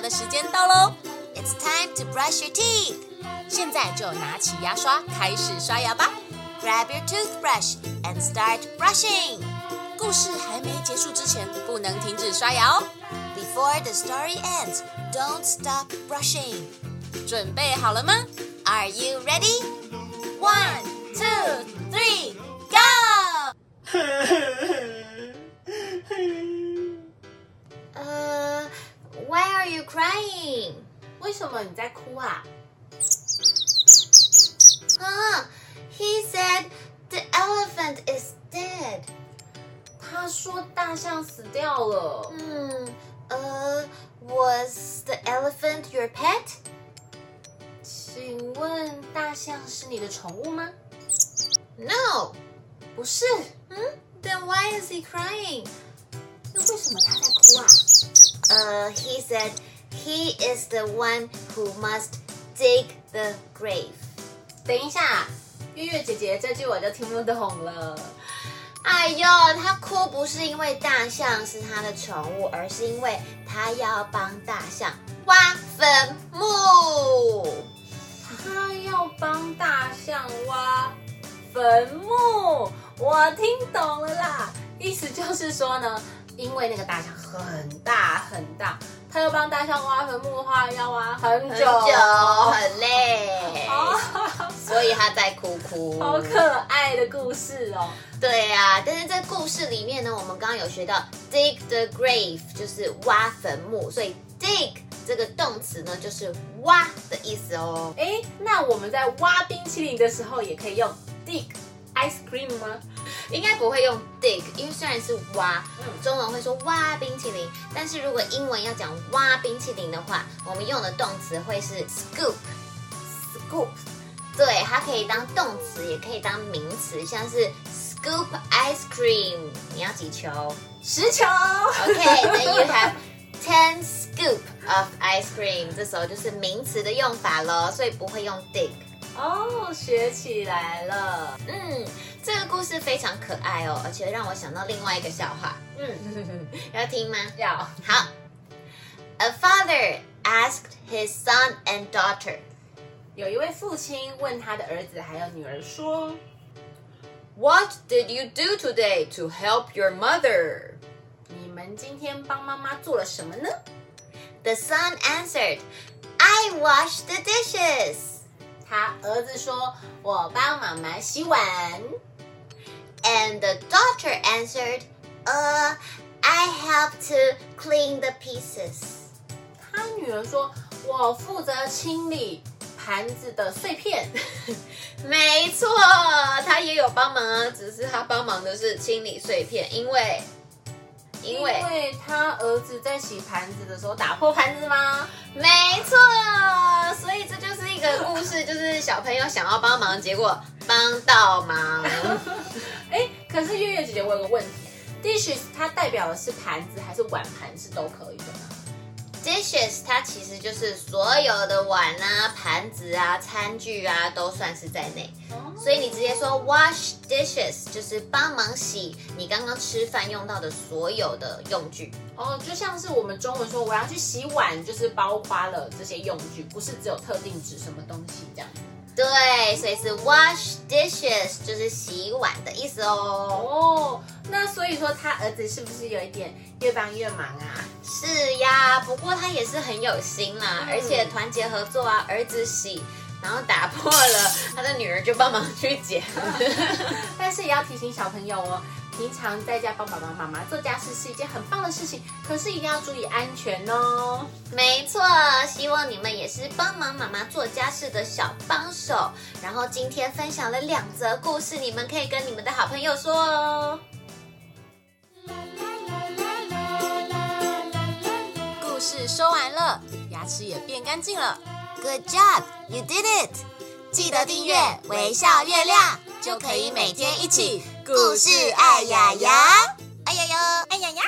的时间到喽，It's time to brush your teeth。现在就拿起牙刷开始刷牙吧，Grab your toothbrush and start brushing。故事还没结束之前，不能停止刷牙哦。Before the story ends, don't stop brushing。准备好了吗？Are you ready? One, two, three, go! Uh, 呃，Why are you crying？为什么你在哭啊？啊，He said the elephant is dead。他说大象死掉了。Uh, 嗯，呃，Was the elephant your pet？请问大象是你的宠物吗？ No。不是。嗯，Then Hmm, why is he crying？那为什么他在哭啊？呃，He said he is the one who must dig the grave。等一下，月月姐姐这句我就听不懂了。哎呦，他哭不是因为大象是他的宠物，而是因为他要帮大象挖坟墓。他要帮大象挖坟墓，我听懂了啦。意思就是说呢，因为那个大象很大很大，他要帮大象挖坟墓的话，要挖很很久。久很累，哦，所以他在哭哭。好可爱的故事哦。对呀、但是在故事里面呢，我们刚刚有学到 dig the grave 就是挖坟墓，所以 dig 这个动词呢就是挖的意思哦。哎，那我们在挖冰淇淋的时候，也可以用 dig ice cream 吗？应该不会用 dig，因为虽然是挖，嗯中文会说挖冰淇淋，但是如果英文要讲挖冰淇淋的话，我们用的动词会是 scoop。 ，scoop 对，它可以当动词，也可以当名词，像是 scoop ice cream。你要几球石球。 ？OK，then、you have ten scoop of ice cream。这时候就是名词的用法咯，所以不会用 dig。哦，学起来了。嗯，这个故事非常可爱哦，而且让我想到另外一个笑话，嗯，要听吗？要。好。A father asked his son and daughter, 有一位父亲问他的儿子还有女儿说 "What did you do today to help your mother?"：“ 你们今天帮妈妈做了什么呢 The son answered, I washed the dishes. ”他儿子说：“我帮妈妈洗碗。 And the daughter answered, Uh, I helped to clean the pieces. ”他女儿说：“我负责清理盘子的碎片。 没错，他也有帮忙，只是他帮忙的是清理碎片，因为，”因为，因为他儿子在洗盘子的时候打破盘子 吗？没错，所以这就是一个故事，就是小朋友想要帮忙，结果帮到忙。哎，可是月月姐姐，我有个问题，dishes 它代表的是盘子还是碗盘是都可以的吗？ dishes 它其实就是所有的碗啊、盘子啊、餐具啊都算是在内，所以你直接说 wash dishes 就是帮忙洗你刚刚吃饭用到的所有的用具。哦，就像是我们中文说我要去洗碗，就是包括了这些用具，不是只有特定指什么东西这样子。对，所以是 wash dishes 就是洗碗的意思哦。哦，那所以说他儿子是不是有一点越帮越忙啊？ 是呀，不过他也是很有心啦，嗯而且团结合作啊，儿子洗。然后打破了，他的女儿就帮忙去捡。但是也要提醒小朋友哦，平常在家帮爸爸妈妈做家事是一件很棒的事情，可是一定要注意安全哦。没错，希望你们也是帮忙妈妈做家事的小帮手。然后今天分享了两则故事，你们可以跟你们的好朋友说哦。故事说完了，牙齿也变干净了。 Good job, you did it！记得订阅微笑月亮就可以每天一起故事爱呀呀，哎呀呀，哎呀呀。